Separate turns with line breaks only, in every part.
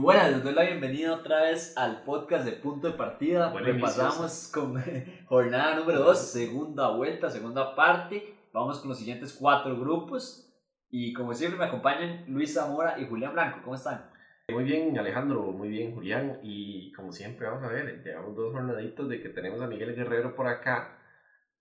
buenas, les doy la bienvenida otra vez al podcast de Punto de Partida.
Buen
Repasamos con jornada número 2, segunda vuelta, segunda parte. Vamos con los siguientes cuatro grupos. Y como siempre me acompañan Luis Zamora y Julián Blanco. ¿Cómo están?
Muy bien, Alejandro, muy bien, Julián. Y como siempre, vamos a ver, llevamos dos jornaditos de que tenemos a Miguel Guerrero por acá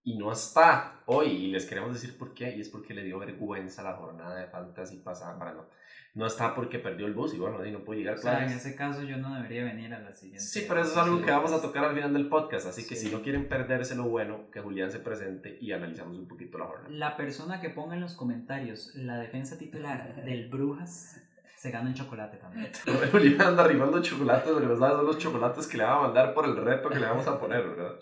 y no está hoy. Y les queremos decir por qué. Y es porque le dio vergüenza la jornada de faltas y pasada para no. No está porque perdió el bus y bueno, y no puede llegar.
O sea, Pues, en
planes.
ese caso yo no debería venir a la siguiente.
Sí, pero eso es algo que vamos a tocar al final del podcast. Así que
Sí.
si no quieren perderse lo bueno, que Julián se presente y analizamos un poquito la jornada.
La persona que ponga en los comentarios la defensa titular del Brujas se gana un chocolate también.
Julián anda arribando chocolates, lo que no sabe son los chocolates que le va a mandar por el reto que le vamos a poner, ¿verdad?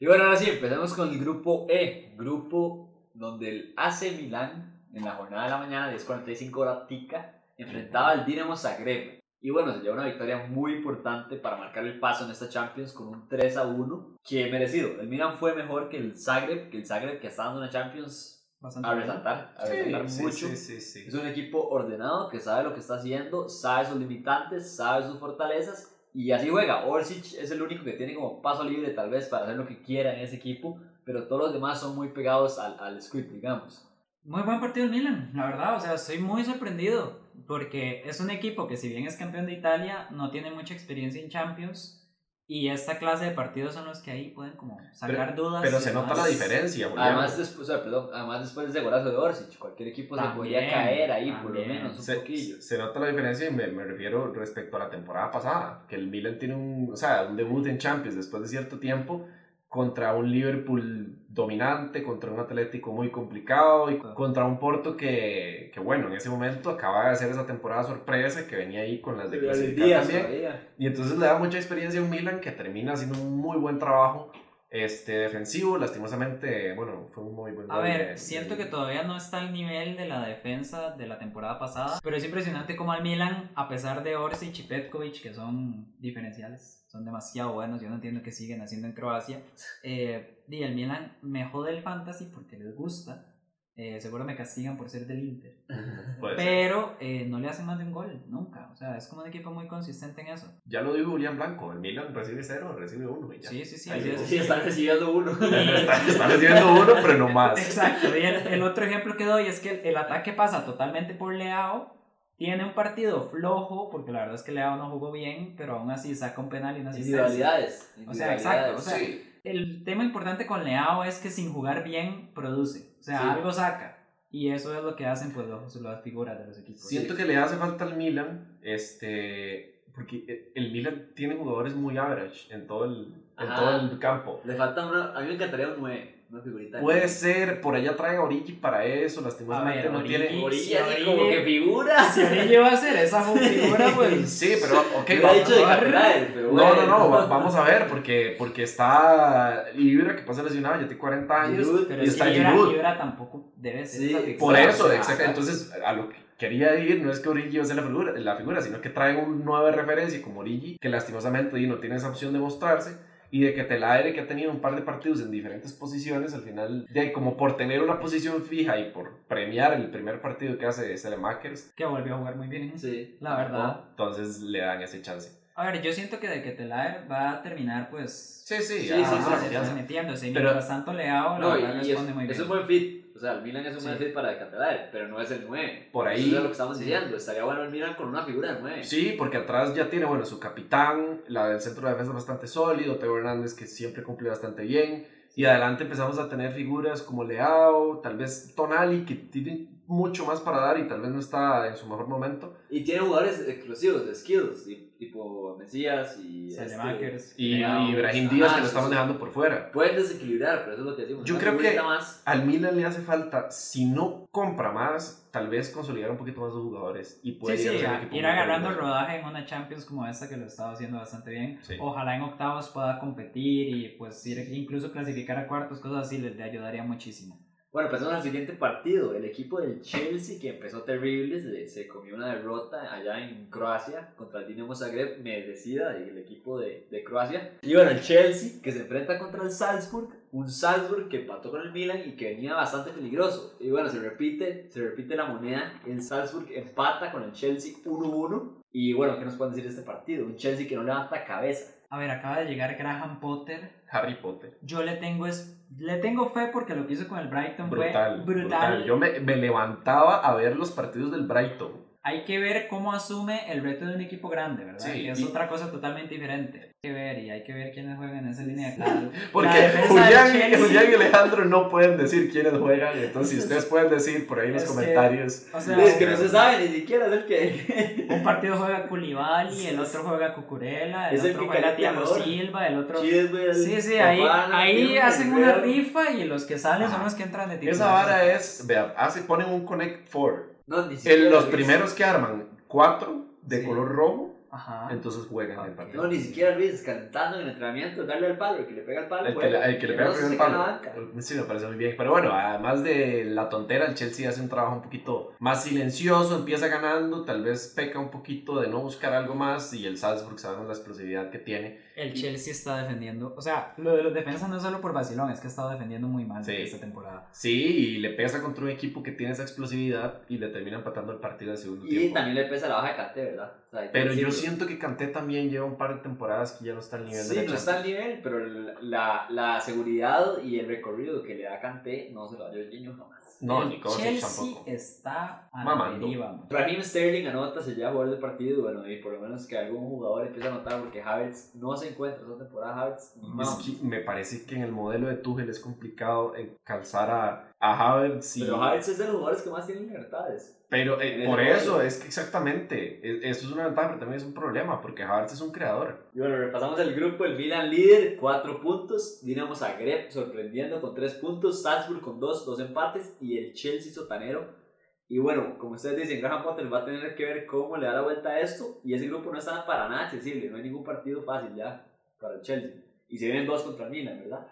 Y bueno, ahora sí, empezamos con el grupo E, grupo donde el AC Milán en la jornada de la mañana, 10.45 hora tica, enfrentaba al Dinamo Zagreb. Y bueno, se llevó una victoria muy importante para marcar el paso en esta Champions con un 3 a 1, que merecido. El Milan fue mejor que el Zagreb, que el Zagreb que está dando una Champions
Bastante
a
bien.
resaltar, a resaltar
sí,
mucho.
sí, sí, sí.
Es un equipo ordenado que sabe lo que está haciendo, sabe sus limitantes, sabe sus fortalezas y así juega. Orsic es el único que tiene como paso libre tal vez para hacer lo que quiera en ese equipo, pero todos los demás son muy pegados al, al script, digamos.
Muy buen partido el Milan, la verdad, o sea, estoy muy sorprendido porque es un equipo que si bien es campeón de Italia, no tiene mucha experiencia en Champions y esta clase de partidos son los que ahí pueden como sacar dudas.
Pero
y
se nota
demás.
la diferencia, Julián.
Además después, o sea, perdón, además después de ese golazo de Orsic, cualquier equipo se podía
También,
caer ahí por lo
también.
menos un poquillo.
se, se nota la diferencia y me, me refiero respecto a la temporada pasada, que el Milan tiene un, o sea, un debut en Champions después de cierto tiempo contra un Liverpool dominante, contra un Atlético muy complicado y contra un Porto que, que bueno, en ese momento acaba de hacer esa temporada sorpresa que venía ahí con las de
Pero el
clasificar
día
también.
todavía.
Y entonces le da mucha experiencia a un Milan que termina haciendo un muy buen trabajo este, defensivo. Lastimosamente, bueno, fue un muy buen
A
gol
ver,
de-
siento
de-
que todavía no está al nivel de la defensa de la temporada pasada, pero es impresionante cómo al Milan, a pesar de Orsic y Petkovic, que son diferenciales, son demasiado buenos, yo no entiendo qué siguen haciendo en Croacia, eh, y el Milan me jode el fantasy porque les gusta, eh, seguro me castigan por ser del Inter,
Puede ser.
pero eh, no le hacen más de un gol, nunca, o sea, es como un equipo muy consistente en eso.
Ya lo dijo Julián Blanco, el Milan recibe cero, recibe uno y ya.
Sí, sí, sí,
Ahí
así
llegó.
es.
Sí, están recibiendo uno.
Está, está recibiendo uno, pero no más.
Exacto, y el, el otro ejemplo que doy es que el, el ataque pasa totalmente por Leao, tiene un partido flojo, porque la verdad es que Leao no jugó bien, pero aún así saca un penal y una asistencia.
Individualidades.
O sea, exacto, o sea,
Sí.
El tema importante con Leao es que sin jugar bien produce, o sea,
Sí.
algo saca. Y eso es lo que hacen pues los- las figuras de los equipos.
Siento que le hace falta al Milan, este, porque el Milan tiene jugadores muy average en todo el, en
Ajá.
todo el campo.
Le falta una, a mí me encantaría un 9, una figurita.
Puede ser, por allá trae a Origi para eso,
A
lastimosamente
ver,
no
Origi.
tiene...
Sí,
Orilla, así
Origi.
como que figura.
Si Origi va a ser esa figura, pues...
Sí, pero ok,
Hubiera
va-
dicho de
va-
Capriles, pero
No,
bueno.
no, no, va- vamos a ver, porque, porque está Ibra, que pasa lesionado, ya tiene 40 años.
Giroud,
Pero
Y
es
está
que Ibra-
Giroud.
Ibra tampoco debe ser
Sí,
esa figura.
Por
Exacto,
eso,
ajá.
exacto. Entonces, a lo que quería ir no es que Origi sea la figura, la figura, sino que traen un nueva referencia como Origi, que lastimosamente di, no tiene esa opción de mostrarse. Y de que Telaere, que ha tenido un par de partidos en diferentes posiciones, al final, de ahí, como por tener una posición fija y por premiar el primer partido que hace Selemakers,
Que volvió a jugar muy bien.
Sí.
La verdad.
entonces le dan ese chance.
A ver, yo siento que de que Telaer va a terminar, pues.
Sí, sí,
Sí,
ah,
sí,
ah,
sí, sí, sí.
confianza.
metiéndose. Y
Pero-
mientras tanto, Leao, la
Oh. No, y,
verdad,
y es,
responde muy
es
bien.
un buen fit. O sea, el Milan es un buen
Sí.
fit para el Catalán, pero no es el 9.
Por ahí-
Eso es lo que estamos diciendo. Estaría bueno el Milan con una figura de 9.
Sí, porque atrás ya tiene, bueno, su capitán, la del centro de defensa bastante sólido, Teo Hernández que siempre cumple bastante bien, y adelante empezamos a tener figuras como Leao, tal vez Tonali, que tienen mucho más para dar y tal vez no está en su mejor momento,
Y tiene jugadores exclusivos de skills, y- tipo Mesías y. este-
Salemakers.
y,
Leao, ah,
y Ibrahim
ajá,
Díaz que lo
sí,
estamos
sí.
dejando por fuera.
este, Pueden desequilibrar, pero eso es lo que decimos.
Yo
una
creo que-
figurita Más.
Al Milan le hace falta, si no compra más, tal vez consolidar un poquito más los jugadores y puede
Sí,
llegar
sí,
a ser un
a-
equipo
ir
muy
agarrando
peligroso.
rodaje en una Champions como esta que lo estaba haciendo bastante bien.
Sí.
Ojalá en octavos pueda competir y pues ir incluso clasificar a cuartos, cosas así, les le ayudaría muchísimo.
Bueno, pasamos al siguiente partido. El equipo del Chelsea, que empezó terrible, se, se comió una derrota allá en Croacia contra el Dinamo Zagreb, merecida del equipo de, de Croacia. Y bueno, el Chelsea, que se enfrenta contra el Salzburg, un Salzburg que empató con el Milan y que venía bastante peligroso. Y bueno, se repite, se repite la moneda. El Salzburg empata con el Chelsea 1-1. Y bueno, ¿qué nos pueden decir de este partido? Un Chelsea que no levanta cabeza.
A ver, acaba de llegar Graham Potter.
Harry Potter.
Yo le tengo, es, le tengo fe porque lo que hizo con el Brighton
Brutal.
fue
Brutal.
brutal.
Yo me, me levantaba a ver los partidos del Brighton.
Hay que ver cómo asume el reto de un equipo grande, ¿verdad?
Sí,
que es
y-
otra cosa totalmente diferente. Hay que ver y hay que ver quiénes juegan en esa línea de claro. La
Porque
defensa
Julián,
del Chelsea.
Julián y Alejandro no pueden decir quiénes juegan, entonces si ustedes pueden decir por ahí en los
Es que-
comentarios.
O sea,
Es que no se sabe ni siquiera es el que.
un partido juega Koulivaali, el otro juega Cucurella, el
Es el
otro
que
juega
calienta
Thiago
ahora.
Silva, el otro...
Chilwell,
Sí, sí, ahí,
Fofana,
ahí
Thiago,
hacen una
Guerrero.
rifa y los que salen son
Ajá.
los que entran de titular.
Esa vara es, vea, hace, ponen un Connect Four.
No, ni siquiera
En los
Luis.
primeros que arman, cuatro de
Sí. Ah.
color rojo,
Ajá.
entonces juegan el
Ok.
partido.
No, ni siquiera Luis, cantando en el entrenamiento, darle al palo, el que le pega al palo.
El que,
bueno,
le- el que le pega
no se
primero el
seca la
palo.
banca.
Sí, me parece muy bien. Pero bueno, además de la tontera, el Chelsea hace un trabajo un poquito más silencioso, empieza ganando, tal vez peca un poquito de no buscar algo más y el Salzburg sabemos la explosividad que tiene.
El Chelsea está defendiendo, o sea, lo de los defensas no es solo por vacilón, es que ha estado defendiendo muy mal
Sí.
esta temporada.
Sí, y le pesa contra un equipo que tiene esa explosividad y le termina empatando el partido al segundo
Y
tiempo.
también le pesa la baja de Kanté, ¿verdad? O sea, hay que
Pero yo
decirlo.
siento que Kanté también lleva un par de temporadas que ya no está al nivel de
Sí,
la
no está al
Champions.
nivel, pero la, la seguridad y el recorrido que le da Kanté no se lo da Jorginho jamás.
No,
el
ni Kovacic
Chelsea
tampoco.
está a la
Mamando.
deriva. man.
Raheem Sterling anota, se lleva a jugar del partido, bueno, y por lo menos que algún jugador empiece a anotar porque Havertz no se encuentra esta temporada, Havertz no.
Es que me parece que en el modelo de Tuchel es complicado eh, calzar a, a Havertz y-
Pero Havertz es de los jugadores que más tienen libertades.
Pero eh,
En ese
por
momento.
eso es que exactamente, e- eso es una ventaja, pero también es un problema, porque Havertz es un creador.
Y bueno, repasamos el grupo, el Milan líder, 4 puntos, Dinamo Zagreb sorprendiendo con 3 puntos, Salzburg con 2, 2 empates y el Chelsea sotanero. Y bueno, como ustedes dicen, Graham Potter va a tener que ver cómo le da la vuelta a esto y ese grupo no está para nada accesible, no hay ningún partido fácil ya para el Chelsea. Y se vienen dos contra el Milan, ¿verdad?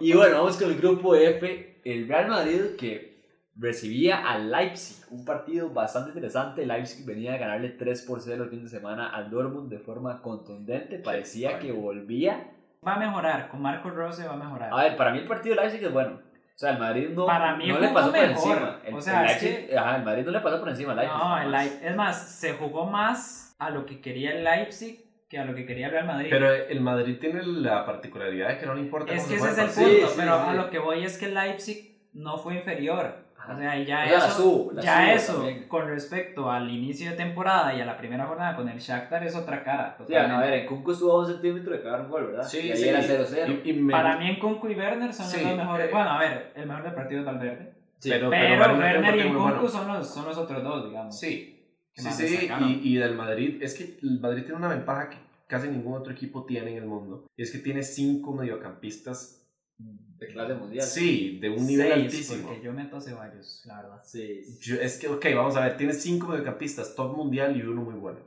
Y bueno, vamos con el grupo F, el Real Madrid que recibía al Leipzig, un partido bastante interesante. Leipzig venía a ganarle 3 por 0 el fin de semana al Dortmund de forma contundente, parecía que volvía.
Va a mejorar, con Marco Rose va a mejorar.
A ver, para mí el partido de Leipzig es bueno. O sea, el Madrid no,
Para mí
no le
jugó
pasó por
mejor.
encima. El,
O sea,
el
es
Leipzig- ajá, el Madrid no le pasó por encima al Leipzig.
no, el
jamás.
Leip- es más, se jugó más a lo que quería el Leipzig que a lo que quería el Real Madrid.
Pero el Madrid tiene la particularidad de que no le importa
es
cómo
que
se
ese es el
juega
partido.
punto,
Sí, sí,
pero
sí.
a lo que voy es que el Leipzig no fue inferior.
Ajá.
O sea, y ya
O sea, la
eso,
subo, la
ya
subo
eso
también.
con respecto al inicio de temporada y a la primera jornada con el Shakhtar es otra cara.
Sí, a
totalmente.
ver, en Kunku estuvo a un centímetro de cagar un gol, ¿verdad?
Sí,
y ahí
sí.
era 0-0.
Y- y me-
Para mí, Nkunku y Werner son
Sí,
los dos mejores.
eh,
bueno, a ver, el mejor del partido es Valverde.
Sí.
pero-
Pero,
Werner tiene un
Werner y
partido muy
Nkunku
bueno.
son, los, son los otros dos, digamos.
Sí,
Que
sí,
más
sí,
destacaron.
y, y del Madrid, es que el Madrid tiene una ventaja que casi ningún otro equipo tiene en el mundo, y es que tiene cinco mediocampistas,
de clase mundial.
sí, de un nivel
Seis,
altísimo.
Porque yo meto a Ceballos, la verdad.
Sí, sí.
Yo- es que, ok, vamos a ver, tiene cinco mediocampistas, top mundial y uno muy bueno.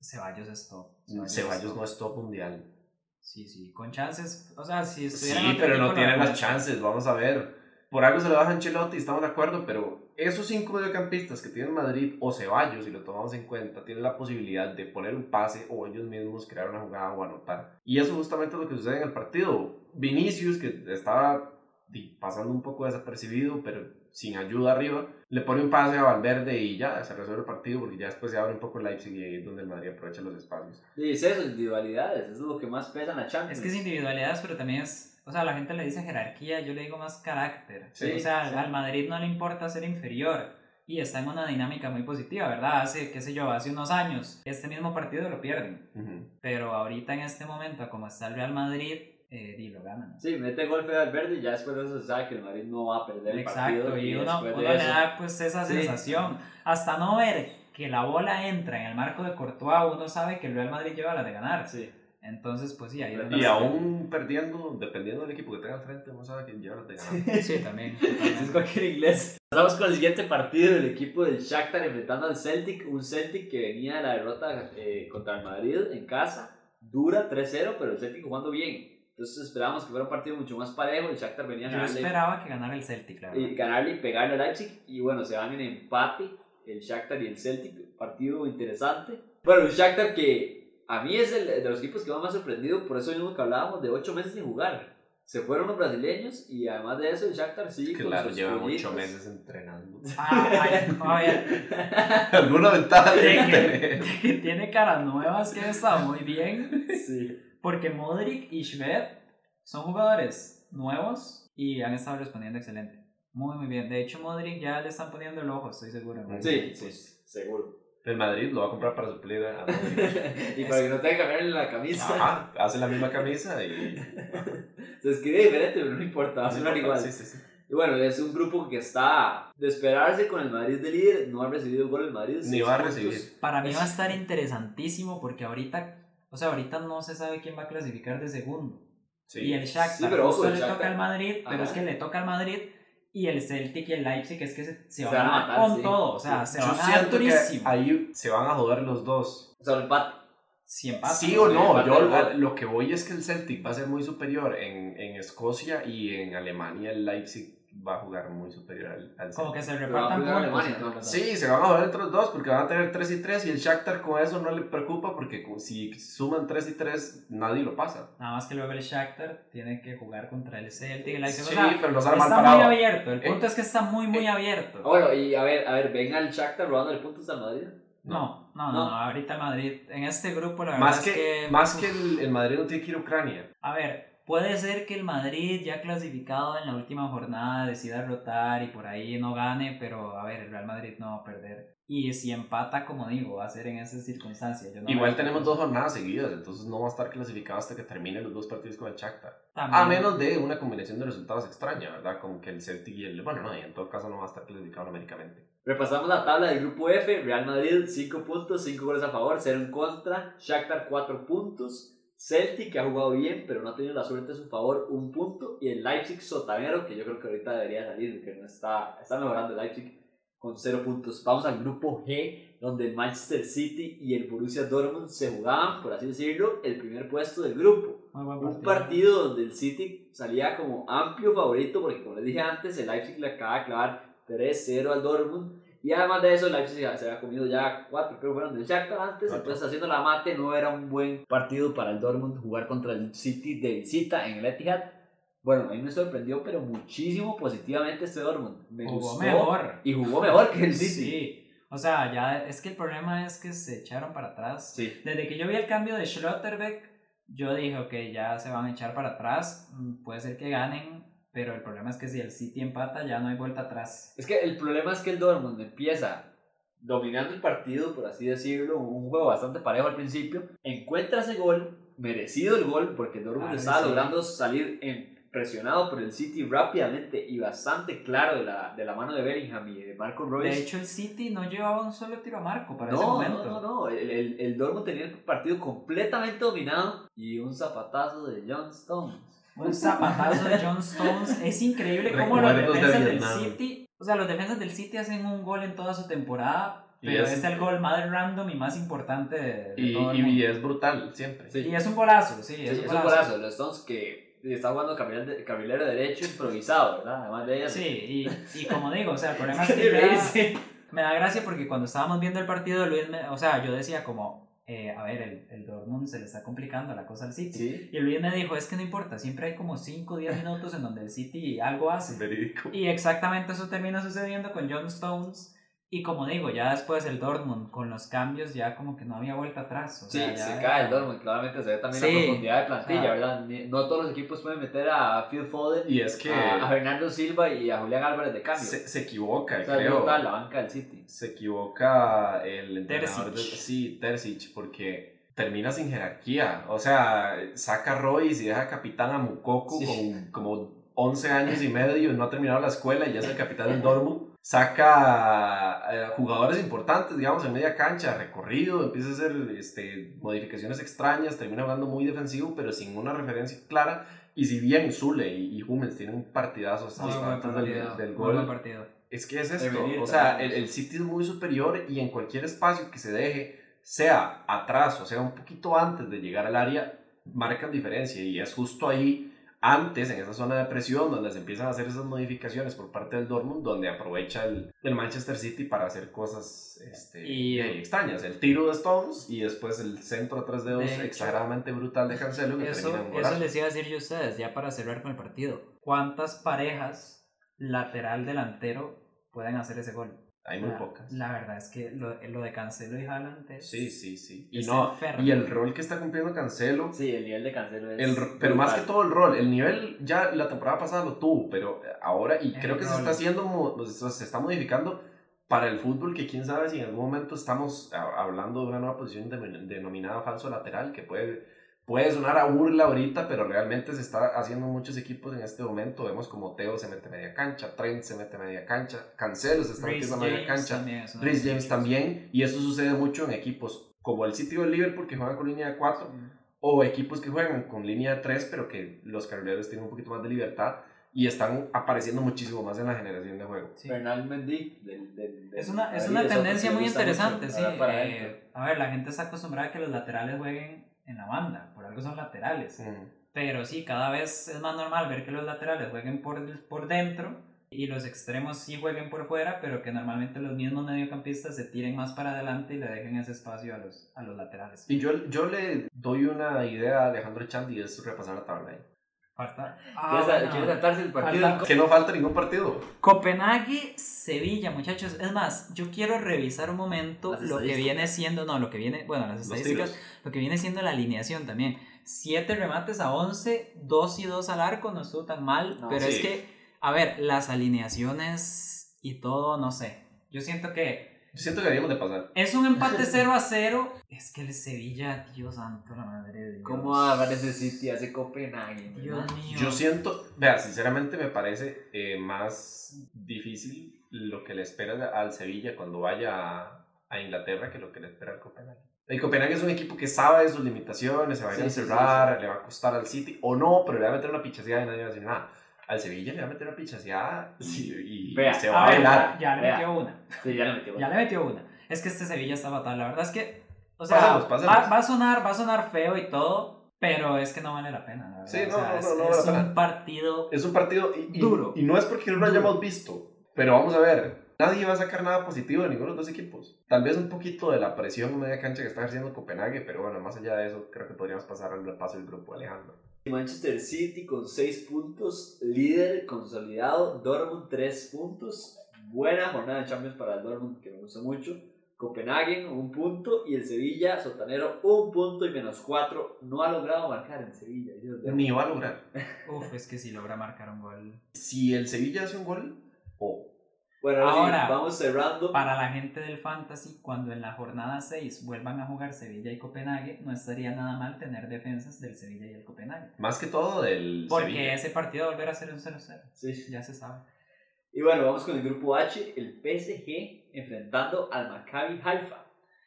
Ceballos es top.
Ceballos
es
no
top.
es top mundial.
Sí, sí, con chances. O sea, si
Sí,
estuvieran
pero no tiene las chances, vamos a ver. Por algo se le baja a Ancelotti, estamos de acuerdo, pero esos cinco mediocampistas que tiene Madrid o Ceballos, si lo tomamos en cuenta, tienen la posibilidad de poner un pase o ellos mismos crear una jugada o anotar. Y eso justamente es lo que sucede en el partido. Vinicius, que estaba di, pasando un poco desapercibido, pero sin ayuda arriba, le pone un pase a Valverde y ya se resuelve el partido porque ya después se abre un poco el Leipzig y ahí es donde el Madrid aprovecha los espacios.
Sí, es eso, individualidades, eso es lo que más pesa en la Champions.
Es que es individualidades, pero también es. O sea, la gente le dice jerarquía, yo le digo más carácter.
Sí,
o sea,
sí.
al Madrid no le importa ser inferior. Y está en una dinámica muy positiva, ¿verdad? Hace, qué sé yo, hace unos años, este mismo partido lo pierden.
Ujú.
Pero ahorita en este momento, como está el Real Madrid, eh, di, lo ganan.
Sí, mete golpe al verde y ya después de eso se sabe que el Madrid no va a perder el
Exacto,
partido.
y uno,
después
uno
de
le
eso-
da pues esa
Sí.
sensación. Hasta no ver que la bola entra en el marco de Courtois, uno sabe que el Real Madrid lleva la de ganar.
Sí.
Entonces, pues sí, ahí
Y
Y
Entonces,
aún perdiendo, dependiendo del equipo que tenga al frente, vamos a ver quién lleva la ganar.
Sí, también.
Pues,
pues,
Es cualquier inglés. Pasamos con el siguiente partido del equipo del Shakhtar enfrentando al Celtic. Un Celtic que venía de la derrota eh, contra el Madrid en casa. Dura 3-0, pero el Celtic jugando bien. Entonces esperábamos que fuera un partido mucho más parejo. El Shakhtar venía a
Yo
ganarle
esperaba que ganara el Celtic, la
y
verdad.
ganarle y pegarle a Leipzig. Y bueno, se van en empate el Shakhtar y el Celtic. Partido interesante. Bueno, el Shakhtar que a mí es el de los equipos que más me ha sorprendido. Por eso mismo que hablábamos de 8 meses sin jugar. Se fueron los brasileños y además de eso el Shakhtar sigue
Claro,
con sus
llevan
pollitos.
ocho meses entrenando.
Ah, ay, ay,
Alguna ventaja
tiene
tiene que
que,
tener.
que tiene caras nuevas que está muy bien.
Sí.
Porque Modric y Schwed son jugadores nuevos y han estado respondiendo excelente. Muy, muy bien. De hecho, Modric ya le están poniendo el ojo, estoy seguro. ¿no? Pues,
Sí, sí, pues, seguro.
El Madrid lo va a comprar para suplir a a Modric.
y para que no tenga que cambiarle la camisa.
Ajá, hace la misma camisa y...
Se escribe diferente, pero no importa, va a sonar igual.
Sí, sí, sí.
Y bueno, es un grupo que está de esperarse con el Madrid de líder. No ha recibido gol el Madrid.
Ni
seis
va a
puntos.
recibir.
Para mí va a estar interesantísimo porque ahorita, o sea, ahorita no se sabe quién va a clasificar de segundo.
Sí.
Y el Shakhtar,
Sí, pero ojo,
justo
el
le toca
Shakhtar.
al Madrid, pero
Ajá.
es que le toca al Madrid y el Celtic y el Leipzig es que se, se
Se
van a
van a
dar
matar,
con
sí.
todo, o sea, se
Yo
van a dar
siento que
durísimo.
ahí se van a joder los dos.
O sea, el empate.
Si empatan,
sí o
sí,
no,
empate
yo
de
lo,
gol.
lo que voy es que el Celtic va a ser muy superior en, en Escocia y en Alemania el Leipzig va a jugar muy superior al, al
como
Celtic.
que se
Pero va a
repartan
jugar
puntos.
Alemania,
entre
¿no?
los dos.
Sí, se van a joder entre los dos porque van a tener 3 y 3 y el Shakhtar con eso no le preocupa porque cu- si suman 3 y 3 nadie lo pasa.
Nada más que luego el Shakhtar tiene que jugar contra el Celtic y el Leipzig.
Sí,
o sea,
pero los han mal
está muy
parado.
abierto, el
Eh,
punto es que está muy, muy
eh,
abierto.
Ah, Bueno, y a ver, a ver, venga el Shakhtar robándole puntos al Madrid.
No, no, no,
No.
no, ahorita el Madrid, en este grupo la verdad
Más
es
que,
que...
más que el, el Madrid no tiene que ir a Ucrania.
A ver, puede ser que el Madrid ya clasificado en la última jornada decida rotar y por ahí no gane, pero a ver, el Real Madrid no va a perder. Y si empata, como digo, va a ser en esas circunstancias. Yo no
Igual
veo-
tenemos dos jornadas seguidas, entonces no va a estar clasificado hasta que termine los dos partidos con el Shakhtar.
También.
A menos de una combinación de resultados extraña, ¿verdad? Como que el Celtic y el... Bueno, no, y en todo caso no va a estar clasificado numéricamente.
Repasamos la tabla del grupo F, Real Madrid 5 puntos, 5 goles a favor, 0 en contra, Shakhtar 4 puntos, Celtic que ha jugado bien pero no ha tenido la suerte a su favor, 1 punto, y el Leipzig sotanero que yo creo que ahorita debería salir, que no está, está mejorando el Leipzig con 0 puntos. Vamos al grupo G, donde el Manchester City y el Borussia Dortmund se jugaban, por así decirlo, el primer puesto del grupo.
Muy buen
Un partido donde el City salía como amplio favorito, porque como les dije antes, el Leipzig le acaba de clavar 3-0 al Dortmund. Y además de eso, el Leipzig se había comido ya 4, creo que fueron del Shakhtar antes.
Cuatro.
Entonces, haciendo la mate, no era un buen partido para el Dortmund jugar contra el City de visita en el Etihad. Bueno, a mí me sorprendió, pero muchísimo positivamente este Dortmund. Me
Jugó
gustó
mejor.
Y jugó mejor que el City.
Sí. O sea, ya es que el problema es que se echaron para atrás.
Sí.
Desde que yo vi el cambio de Schlotterbeck, yo dije, ok, ya se van a echar para atrás. mm, Puede ser que ganen, pero el problema es que si el City empata, ya no hay vuelta atrás.
Es que el problema es que el Dortmund empieza dominando el partido, por así decirlo, un juego bastante parejo al principio, encuentra ese gol, merecido el gol, porque el Dortmund
Claro,
estaba
Ah, sí.
logrando salir en- presionado por el City rápidamente y bastante claro de la, de la mano de Bellingham y de Marco
De
Royce.
hecho, el City no llevaba un solo tiro a marco para ese
No,
momento.
no, no, no, el, el, el Dortmund tenía el partido completamente dominado y un zapatazo de John Stones.
Un zapatazo de John Stones. Es increíble cómo los
Recuerdos de
defensas del
Vietnam.
City. O sea, los defensas del City hacen un gol en toda su temporada.
Y
Pero
es-
este es el gol más random y más importante de, de
Y,
todo el
y- y
mundo.
es brutal, siempre.
Sí.
Y es un golazo, sí,
Sí,
es, un golazo.
golazo, los Stones que está jugando carrilero, de- carrilero derecho improvisado, ¿verdad? Además de ellas.
Sí, y, y como digo, o sea, el problema es
Sí,
que ya-
sí.
me da gracia porque cuando estábamos viendo el partido, Luis, me- o sea, yo decía como, eh, a ver, el, el Dortmund se le está complicando la cosa al City.
Sí.
Y Luis me dijo, es que no importa, siempre hay como 5 o 10 minutos en donde el City algo hace.
Verídico.
Y exactamente eso termina sucediendo con John Stones. Y como digo, ya después el Dortmund con los cambios ya como que no había vuelta atrás. o
Sí,
sea, ya
se
era-
cae el Dortmund, claramente se ve también
Sí.
la profundidad de plantilla,
Ah.
¿verdad? Ni- No todos los equipos pueden meter a Phil Foden,
Y es que
Ah,
a, a Bernardo Silva y a Julián Álvarez de cambio.
se, se equivoca,
o sea, es
creo.
brutal la banca del City.
Se equivoca el entrenador
Terzic.
de- sí, Terzic, porque termina sin jerarquía. O sea, saca a Royce y deja capitán a Mukoko
Sí.
con como 11 años y medio, no ha terminado la escuela y ya es el capitán del Dortmund. Saca eh, jugadores importantes, digamos, en media cancha, recorrido, empieza a hacer este, modificaciones extrañas, termina jugando muy defensivo, pero sin una referencia clara. Y si bien Zule y, y Hummels tienen un partidazo hasta
Muy buen
antes del,
partido.
del
muy
gol,
buen partido.
es que es
De
esto,
venir
o sea,
también.
el, el City es muy superior y en cualquier espacio que se deje, sea atrás o sea un poquito antes de llegar al área, marcan diferencia y es justo ahí antes en esa zona de presión donde se empiezan a hacer esas modificaciones por parte del Dortmund donde aprovecha el, el Manchester City para hacer cosas este,
Y-
eh, extrañas el tiro de Stones y después el centro a tres dedos
De hecho,
exageradamente brutal de Cancelo que
Eso,
termina en
eso
golazo.
les iba a decir yo a ustedes, ya para cerrar con el partido. ¿Cuántas parejas lateral delantero pueden hacer ese gol?
hay muy
La-
pocas
La verdad es que lo, lo de Cancelo y Haaland es-
sí sí sí y
es
no
enfermo.
y el rol que está cumpliendo Cancelo
Sí, el nivel de Cancelo es.
El- pero más que
brutal.
todo el rol, el nivel ya la temporada pasada lo tuvo, pero ahora, y
El
creo que se
rol.
está haciendo, mo- o sea, se está modificando para el fútbol, que quién sabe si en algún momento estamos a- hablando de una nueva posición de- denominada falso lateral, que puede, puede sonar a burla ahorita, pero realmente se está haciendo muchos equipos en este momento. Vemos como Teo se mete a media cancha, Trent se mete a media cancha, Cancelo se está
Reece
metiendo a media
James
cancha.
también es uno de
Rhys
los
James
muchos.
también, y eso sucede mucho en equipos como el sitio del Liverpool que juegan con línea de 4,
Mm.
o equipos que juegan con línea 3, pero que los carrileros tienen un poquito más de libertad y están apareciendo muchísimo más en la generación de juego.
Sí.
Bernal Mendy. del- del- del-
Es una, es
ahí
una
otro
tendencia
que me
muy
gusta
interesante,
mucho,
sí.
ahora para
eh,
adentro.
a ver, la gente está acostumbrada a que los laterales jueguen en la banda, por algo son laterales.
Mm,
Pero sí, cada vez es más normal ver que los laterales jueguen por, por dentro y los extremos sí jueguen por fuera, pero que normalmente los mismos mediocampistas se tiren más para adelante y le dejen ese espacio a los, a los laterales.
Y yo, yo le doy una idea a Alejandro Chandi y es repasar la tabla. ¿eh?
Falta.
Quiere sa- quiere
ah, bueno.
saltarse el partido.
Falta-
Que no falta ningún partido.
Copenhague, Sevilla, muchachos. Es más, yo quiero revisar un momento
Las
lo que
estadísticas.
viene siendo, no, lo que viene, bueno, las
Los
estadísticas,
tiros.
lo que viene siendo la alineación también. Siete remates a 11, 2 y 2 al arco, no estuvo tan mal,
No,
pero es
sí.
que, a ver, las alineaciones y todo, no sé. Yo siento que
Yo siento que deberíamos de pasar.
es un empate 0 a 0. Es que el Sevilla, Dios santo, la madre de Dios.
¿Cómo aparece City? Hace Copenhague. ¿verdad?
Dios mío.
Yo siento, vea, sinceramente me parece eh, más difícil lo que le espera al Sevilla cuando vaya a, a Inglaterra que lo que le espera al Copenhague. El Copenhague es un equipo que sabe de sus limitaciones, se va a ir
Sí,
a
sí, sí,
cerrar, le va a costar al City o no, pero le va a meter una pichaseada y nadie va a decir nada. Al Sevilla le va a meter una pichaseada y, y
Vea,
se va
A
a
ver,
bailar.
ya, ya le
Vea.
metió una.
Sí, ya le metió.
Ya
bueno.
le metió una. Es que este Sevilla está fatal. La verdad es que. O sea,
Pásalos,
va- Va,
pásalos.
a sonar, va a sonar feo y todo, pero es que no vale la pena. la verdad.
Sí,
O
no,
sea,
no,
es,
no, no vale
es
la
un
pena.
partido.
Es un partido y, y-
Duro.
y no es porque no lo
Duro.
hayamos visto, pero vamos a ver. Nadie va a sacar nada positivo de ninguno de los dos equipos. Tal vez un poquito de la presión media cancha que está ejerciendo Copenhague, pero bueno, más allá de eso, creo que podríamos pasar al repaso del grupo Alejandro.
Manchester City con 6 puntos, líder consolidado, Dortmund 3 puntos, buena jornada de Champions para el Dortmund que me gusta mucho, Copenhagen un punto y el Sevilla sotanero un punto y menos 4, no ha logrado marcar en Sevilla. Dios mío.
Ni va a lograr.
Uf, es que si logra marcar un gol.
Si el Sevilla hace un gol, o
Bueno, ahora sí,
Ahora,
vamos cerrando.
Para la gente del Fantasy, cuando en la jornada 6 vuelvan a jugar Sevilla y Copenhague, no estaría nada mal tener defensas del Sevilla y el Copenhague.
más que todo del
Porque
Sevilla.
ese partido volverá a ser un 0-0.
Sí.
Ya se sabe.
Y bueno, vamos con el grupo H, el PSG enfrentando al Maccabi Haifa.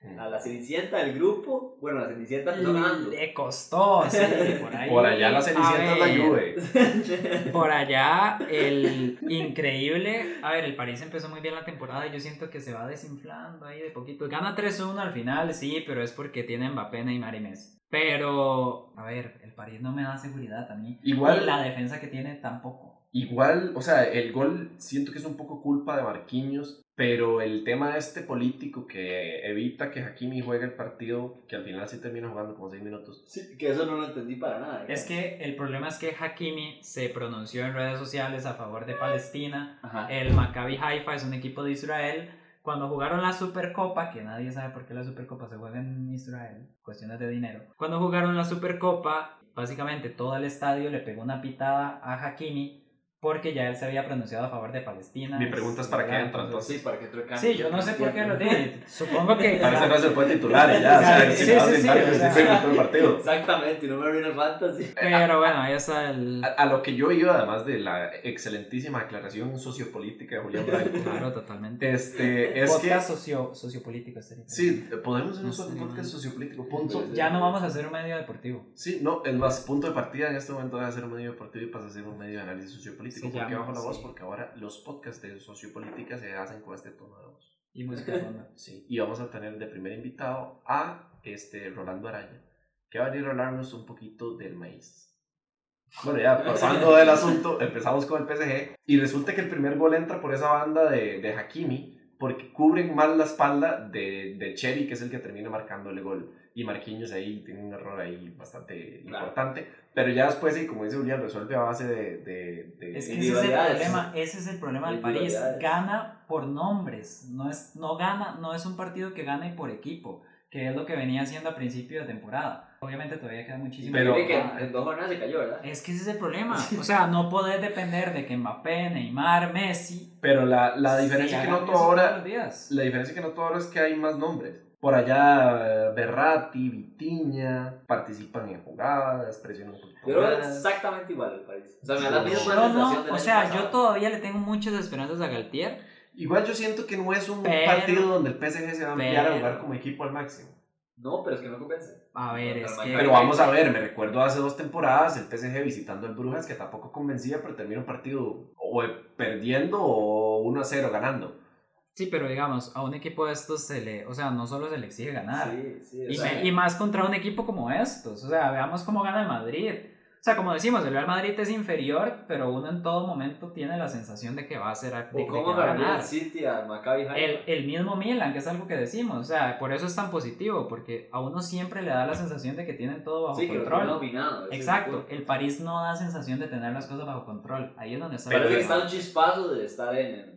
Mm.
A la cenicienta del grupo, bueno, la cenicienta
Mm,
empezó ganando.
Le costó, sí, por ahí.
Por allá la
A
Cenicienta es la
ver.
Juve.
Por allá, el increíble. A ver, el París empezó muy bien la temporada y yo siento que se va desinflando ahí de poquito. Gana 3-1 al final, sí, pero es porque tiene Mbappé, Neymar y Messi. Pero, a ver, el París no me da seguridad a mí. Y
Igual,
la defensa que tiene tampoco.
igual, o sea, el gol siento que es un poco culpa de Marquinhos, pero el tema este político que evita que Hakimi juegue el partido, que al final sí termina jugando como 6 minutos.
Sí, que eso no lo entendí para nada. ¿eh?
Es que el problema es que Hakimi se pronunció en redes sociales a favor de Palestina.
Ajá.
El Maccabi Haifa es un equipo de Israel. Cuando jugaron la Supercopa, que nadie sabe por qué la Supercopa se juega en Israel, cuestiones de dinero. Cuando jugaron la Supercopa, básicamente todo el estadio le pegó una pitada a Hakimi porque ya él se había pronunciado a favor de Palestina.
Mi pregunta es para qué entra,
Sí,
entonces.
para que truecan.
Sí, yo no sé por qué lo tiene. Supongo que...
Para ese rato se puede titular y ya, o sea,
Sí,
si no va a
sí,
sentar,
sí,
pues,
o sea.
se inventó el partido.
Exactamente, no me arruina el fantasy.
Pero bueno, ahí está el...
A, a lo que yo iba, además de la excelentísima aclaración sociopolítica de Julián
Claro,
Branco,
totalmente.
este, es que...
Podcast socio- sociopolítico. este.
Sí, podemos hacer un
No sé,
solo podcast sociopolítico,
Sí,
punto.
sí.
Ya no vamos a hacer un medio deportivo.
Sí, no, es más, punto de partida en este momento debe ser un medio deportivo y pasa a ser un medio de análisis sociopolítico.
Se
¿Por qué
llama,
bajo la
sí.
voz? Porque ahora los podcasts de sociopolítica se hacen con este tono de voz.
Y música de fondo.
Sí, y vamos a tener de primer invitado a este Rolando Araya, que va a venir a hablarnos un poquito del maíz. Bueno, ya pasando del asunto, empezamos con el PSG. Y resulta que el primer gol entra por esa banda de, de Hakimi, porque cubren mal la espalda de, de Cherry, que es el que termina marcando el gol. Y Marquinhos ahí tiene un error ahí bastante
Claro.
importante. Pero ya después, y como dice Julián, resuelve a base de. de, de-
Es que ese es el
Individualidades.
problema, ese es el problema del París.
Individualidades.
Gana por nombres, no es, no gana, no es un partido que gane por equipo, que es lo que venía haciendo a principio de temporada. Obviamente todavía queda muchísimo.
Pero-
Dime que
temporada.
en dos jornadas se cayó, ¿verdad?
es que ese es el problema. O sea, no podés depender de que Mbappé, Neymar, Messi.
Pero la, la diferencia
se
que
hagan
noto
eso
ahora
todos los días.
La diferencia que noto ahora es que hay más nombres. Por allá, eh, Berratti, Vitiña, participan en jugadas, presionan un poquito
Yo lo veo
más.
exactamente igual el país. O sea, me da la
No.
misma
Yo
sensación
no,
del
o
año
sea,
pasado.
yo todavía le tengo muchas esperanzas a Galtier.
Igual yo siento que no es un
Pero-
partido donde el PSG se va a enviar
pero-
a jugar como equipo al máximo.
No, pero es que no convence.
A ver, es que.
Pero vamos a ver, me recuerdo hace dos temporadas el PSG visitando al Brujas que tampoco convencía, pero termina un partido o perdiendo o 1 a 0 ganando.
Sí, pero digamos, a un equipo de estos se le. O sea, no solo se le exige ganar.
Sí, sí.
Y,
o sea,
me- y más contra un equipo como estos. O sea, veamos cómo gana el Madrid. O sea, como decimos, el Real Madrid es inferior, pero uno en todo momento tiene la sensación de que va a ser de,
O
de
cómo
que va a
ganó
ganar.
el City al Maccabi Haifa.
El, el mismo Milan, que es algo que decimos. O sea, por eso es tan positivo, porque a uno siempre le da la sensación de que tienen todo bajo
sí, que lo tiene
control.
dominado. ese es el
Exacto,
punto.
el París no da sensación de tener las cosas bajo control. Ahí es donde está el
Pero que
problema.
está un chispazo de estar en, en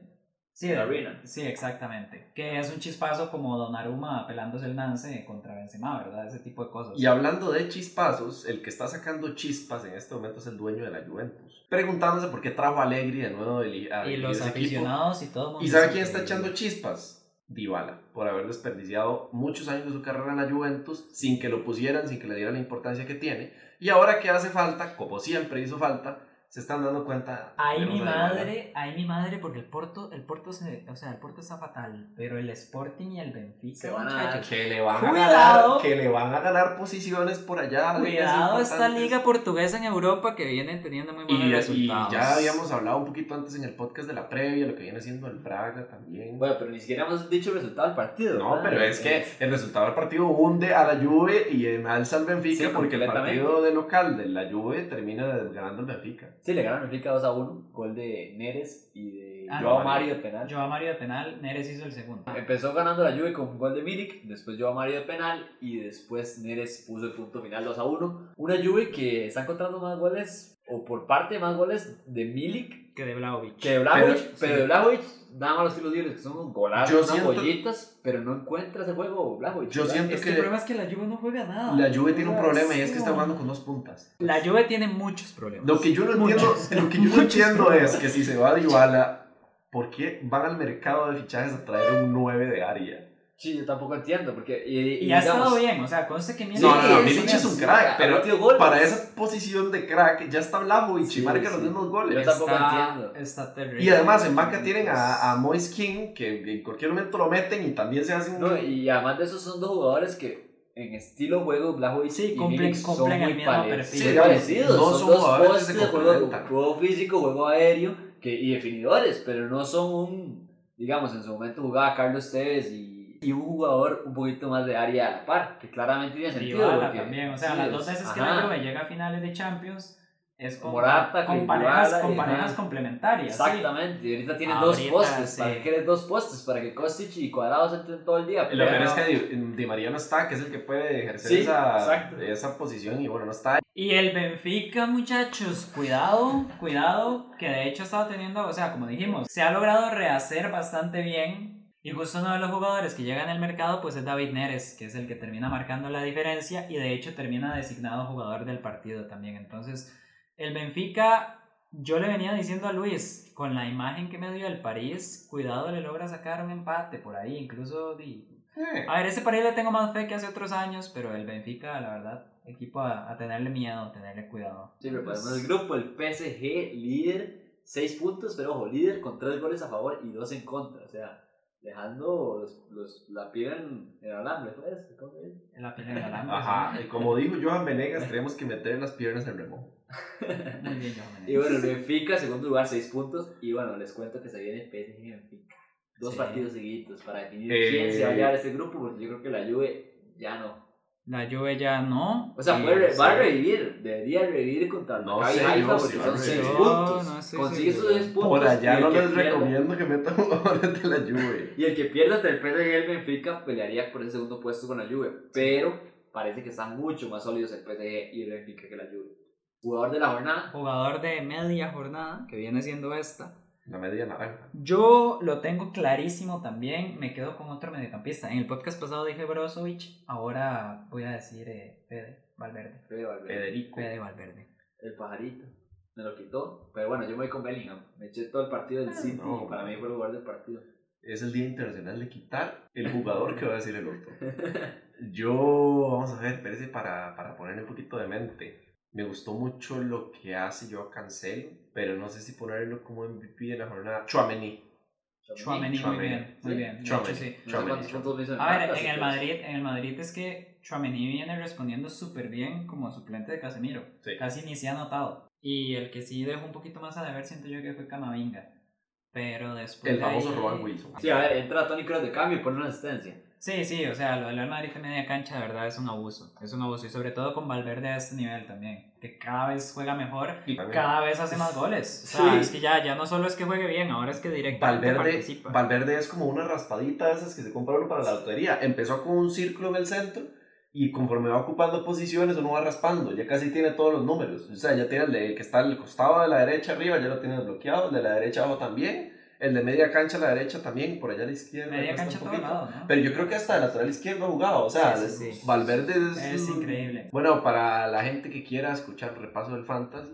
Sí,
la arena.
Sí, exactamente. Que es un chispazo como Donnarumma pelándose el lance contra Benzema, ¿verdad? Ese tipo de cosas.
Y hablando de chispazos, el que está sacando chispas en este momento es el dueño de la Juventus. Preguntándose por qué trajo a Allegri de nuevo del- a
Y
dirigir
los
ese equipo.
aficionados y todo el mundo.
¿Y sabe
dice
quién está
que-
echando chispas? Dybala, por haber desperdiciado muchos años de su carrera en la Juventus sin que lo pusieran, sin que le dieran la importancia que tiene. Y ahora que hace falta, como siempre hizo falta, se están dando cuenta.
Ay
tenemos
mi
a Dybala.
madre, ay mi madre, porque el Porto, el Porto se, o sea, el Porto está fatal, pero el Sporting y el Benfica,
Se van a
muchachos,
Que le van a
Cuidado.
ganar, que le van a ganar posiciones por allá. ligas
Cuidado esta
importantes.
liga portuguesa en Europa que viene teniendo muy malos
Y, y
resultados.
ya habíamos hablado un poquito antes en el podcast de la previa, lo que viene siendo el Braga también.
Bueno, pero ni siquiera hemos dicho el resultado del partido.
No,
¿verdad? Eh,
pero es que el resultado del partido hunde a la Juve y en alza al Benfica
Sí,
porque el
completamente.
partido de local de la Juve termina ganando el Benfica.
Sí, le ganaron el Benfica 2 a 1. Gol de Neres y de
Ah,
Joao
no,
Mario de penal.
Joao Mario de penal, Neres hizo el segundo.
Empezó ganando la Juve con un gol de Milik, después Joao Mario de penal y después Neres puso el punto final 2 a 1. Una Juve que está encontrando más goles, o por parte más goles de Milik
Que de Vlahovic.
que de Blahovic,
Pero-
pero,
sí.
de Blahovic nada más los tiros libres, que son unos
Yo
golazos, unas
siento-
pollitas, pero no encuentra ese juego Blahovic.
Yo
¿verdad?
siento
Es que el
que
problema es que la Juve no juega nada.
la Juve tiene un problema y es que está
Ah, Sí.
jugando con dos puntas.
La Juve tiene muchos problemas.
Lo que yo no entiendo,
Muchos.
lo que yo no
Muchos
entiendo es
problemas.
que si se va Dybala, ¿por qué van al mercado de fichajes a traer un 9 de área?
Sí, yo tampoco entiendo, porque... Y, y
Y, ha
digamos-
estado bien, o sea, conste que Milik-
No, no, no,
sí,
Milic
sí,
es un
sí,
crack,
ha
pero
metido goles.
Para esa posición de crack ya está Blajovic y
Sí,
marca los
sí.
mismos goles.
Yo tampoco
está,
entiendo.
está terrible.
Y además en Maca tienen a, a Moise King, que en cualquier momento lo meten y también se hace un...
No, y además de esos son dos jugadores que en estilo juego Blahovic
Sí,
y
cumplen-
Milik son
cumplen el
muy
mismo
parecidos,
perfil.
Sí,
muy
digamos,
parecidos,
no
son,
son
dos
jugadores
postes
que
de
se
juego,
complementan.
juego físico, juego aéreo que, y definidores, pero no son un, digamos, en su momento jugaba Carlos Tevez y, y un jugador un poquito más de área a la par, que claramente tiene sentido.
Dybala
porque-
también, o sea,
sí,
las
es-
dos veces que
ajá.
la Juve llega a finales de Champions es con,
Morata,
con
con
parejas,
Dybala,
con
y-
parejas
ajá.
complementarias. sí.
Exactamente, y ahorita tiene dos
Ahorita,
postes,
sí.
¿para qué quieres dos postes? Para que Kostic y Cuadrado se entren todo el día.
Lo
pero-
peor es que Di, Di María no está, que es el que puede ejercer
Sí,
esa,
exacto.
esa posición y bueno, no está.
Y el Benfica, muchachos, cuidado, cuidado, que de hecho estaba teniendo, o sea, como dijimos, se ha logrado rehacer bastante bien. Y justo uno de los jugadores que llega en el mercado, pues es David Neres, que es el que termina marcando la diferencia y de hecho termina designado jugador del partido también. Entonces, el Benfica, yo le venía diciendo a Luis, con la imagen que me dio el París, cuidado, le logra sacar un empate por ahí, incluso di-
Eh,
Ah,
a ver, ese París le tengo más fe que hace otros años, pero el Benfica, la verdad, equipo a, a tenerle miedo, a tenerle cuidado.
Sí, preparamos el grupo, el PSG líder, 6 puntos, pero ojo, líder con 3 goles a favor y 2 en contra, o sea, dejando los, los- la piedra en el alambre, pues, ¿cómo se dice?
En la pelea de alambre,
Ajá, y como dijo Johan Venegas, tenemos que meter las piernas en remojo.
sí. Muy bien, Johan Benítez.
Y bueno, el Benfica, segundo lugar, 6 puntos, y bueno, les cuento que se viene PSG y Benfica, dos
Sí.
partidos seguiditos para definir
Eh.
quién se va a llevar a este grupo, porque yo creo que la Juve ya no.
La Juve ya no.
O sea,
Y
puede-
el
va a
Celtic-
revivir. Debería revivir contra el
No
Maccabi
sé,
Haifa
yo,
porque
si va a
son 6
revivir.
puntos.
No, no estoy
Consigue esos
seguro.
6 puntos.
Por allá
pues, y el
no
que
les
pierda-
recomiendo que metan jugadores de la Juve.
Y el que pierda entre el PSG y el Benfica pelearía por ese segundo puesto con la Juve. Pero parece que están mucho más sólidos el PSG y el Benfica que la Juve. Jugador de la jornada.
Jugador de media jornada, que viene siendo esta.
La media naranja.
Yo lo tengo clarísimo también. Me quedo con otro mediocampista. En el podcast pasado dije Brozovic. Ahora voy a decir eh, Fede Valverde.
Fede Valverde,
Federico.
Fede Valverde.
El pajarito. Me lo quitó. Pero bueno, yo me voy con Bellingham. Me eché todo el partido del
Ah,
City
no.
y para mí fue el jugador del partido.
Es el Día Internacional de quitar el jugador que va a decir el otro. Yo, vamos a ver, espérese para, para ponerle un poquito de mente. Me gustó mucho lo que hace yo Cancelo, pero no sé si ponerlo como MVP de la jornada. Chouameni.
Chouameni, muy
Tchouaméni.
bien. Muy
Sí,
bien. de hecho,
Chouameni.
sí.
No sé cuántos
Chouameni.
puntos me hizo el
A ver,
Barça,
en el
pero-
Madrid, en el Madrid es que Chouameni viene respondiendo súper bien como suplente de Casemiro.
Sí.
Casi ni se ha notado. Y el que sí dejó un poquito más a deber siento yo que fue Camavinga. Pero después
El
de
famoso
ahí-
Rowan Wilson.
Sí, a ver, entra Tony Kroos de cambio y pone una asistencia.
eh, Sí, sí, o sea, lo del Real Madrid en media cancha de verdad es un abuso. Es un abuso. Y sobre todo con Valverde a este nivel también. Que cada vez juega mejor
Y
y cada vez hace más goles. O sea,
Sí.
es que ya, ya no solo es que juegue bien, ahora es que directamente
Valverde,
participa.
Valverde es como una raspadita de esas que se compraron para la lotería. Empezó con un círculo en el centro y conforme va ocupando posiciones uno va raspando. Ya casi tiene todos los números. O sea, ya tiene el, de- el que está al costado de la derecha arriba, ya lo tiene bloqueado. El de la derecha abajo también. El de media cancha a la derecha también. Por allá a la izquierda.
media
cuesta un
cancha a todo
poquito.
lado, ¿no?
Pero yo creo que hasta el lateral izquierdo ha jugado. O sea,
Sí, sí, sí.
Valverde es,
Es increíble.
Bueno, para la gente que quiera escuchar repaso del fantasy,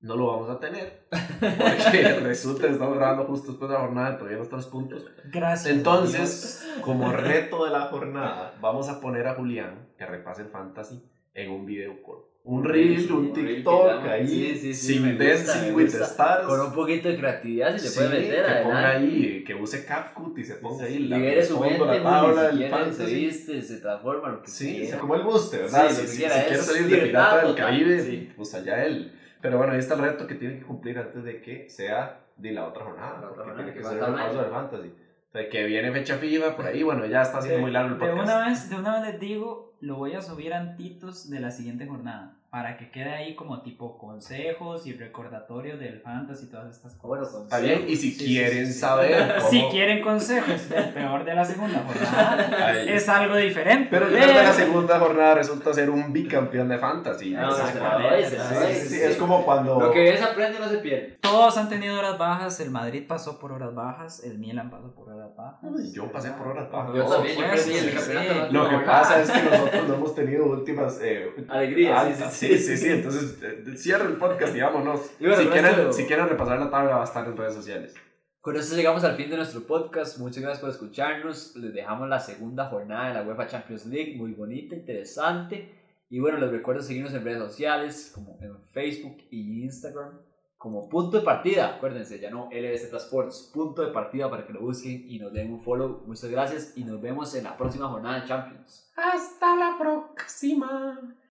no lo vamos a tener. Porque resulta que estamos grabando justo después de la jornada, todavía no están los puntos.
Gracias.
Entonces, como reto de la jornada, vamos a poner a Julián que repase el fantasy en un video corto. Un reel, un
Un reel que
TikTok
llama.
ahí,
Sí, sí, sí, me
sin
gusta, me
dancing with the
gusta.
stars.
Con un poquito de creatividad si se
Pues, Sí,
puede meter,
que ponga
adelante.
ahí, que use CapCut y se ponga ahí la,
Libere su
fondo,
mente,
la tabla
si
del
quiere, se
fantasy.
viste, se transforma, lo que
Sí,
quiera.
como él guste, ¿verdad?
Pues Sí,
si
lo que
si- si
quiera,
quiere
es
salir de
libertad
Pirata del
total,
Caribe,
sí.
pues allá él. Pero bueno, ahí está el reto que tiene que cumplir antes de que sea de la otra jornada.
La otra
porque
jornada,
tiene que
que
ser el
falta un
repaso
año.
del Fantasy. O sea, que viene fecha FIFA, por ahí, bueno, ya está haciendo muy largo el
de
podcast.
una, vez, de una vez les digo, lo voy a subir antitos de la siguiente jornada. Para que quede ahí como tipo consejos y recordatorios del fantasy y todas estas
Ah, Bueno,
cosas.
Está bien, y si
Sí, sí,
quieren
sí, sí.
saber cómo...
Si quieren consejos del peor de la segunda jornada,
Ahí.
es algo diferente.
Pero el peor de la segunda jornada resulta ser un bicampeón de Fantasy.
Ah,
O sea,
se
claro.
la doy, se
sí,
la
sí,
doy,
sí,
sí,
es
sí.
como cuando...
Lo que ves aprende no se pierde.
Todos han tenido horas bajas. El Madrid pasó por horas bajas. El Milan pasó por horas bajas.
Uy, yo pasé por horas bajas.
Yo también, yo
Por supuesto,
perdí el
sí.
campeonato.
Lo que pasa es que nosotros no hemos tenido últimas eh,
Alegría, sí,
Ah,
sí.
sí, sí, sí. Entonces, eh, cierra el podcast y vámonos.
Y bueno,
si,
con
quieren,
esto-
si quieren repasar la tabla, va a estar en redes sociales.
Con eso llegamos al fin de nuestro podcast. Muchas gracias por escucharnos. Les dejamos la segunda jornada de la UEFA Champions League, muy bonita, interesante. Y bueno, les recuerdo seguirnos en redes sociales, como en Facebook y Instagram, como punto de partida. Acuérdense, ya no LBZ Sports, punto de partida para que lo busquen y nos den un follow. Muchas gracias y nos vemos en la próxima jornada de Champions.
Hasta la próxima.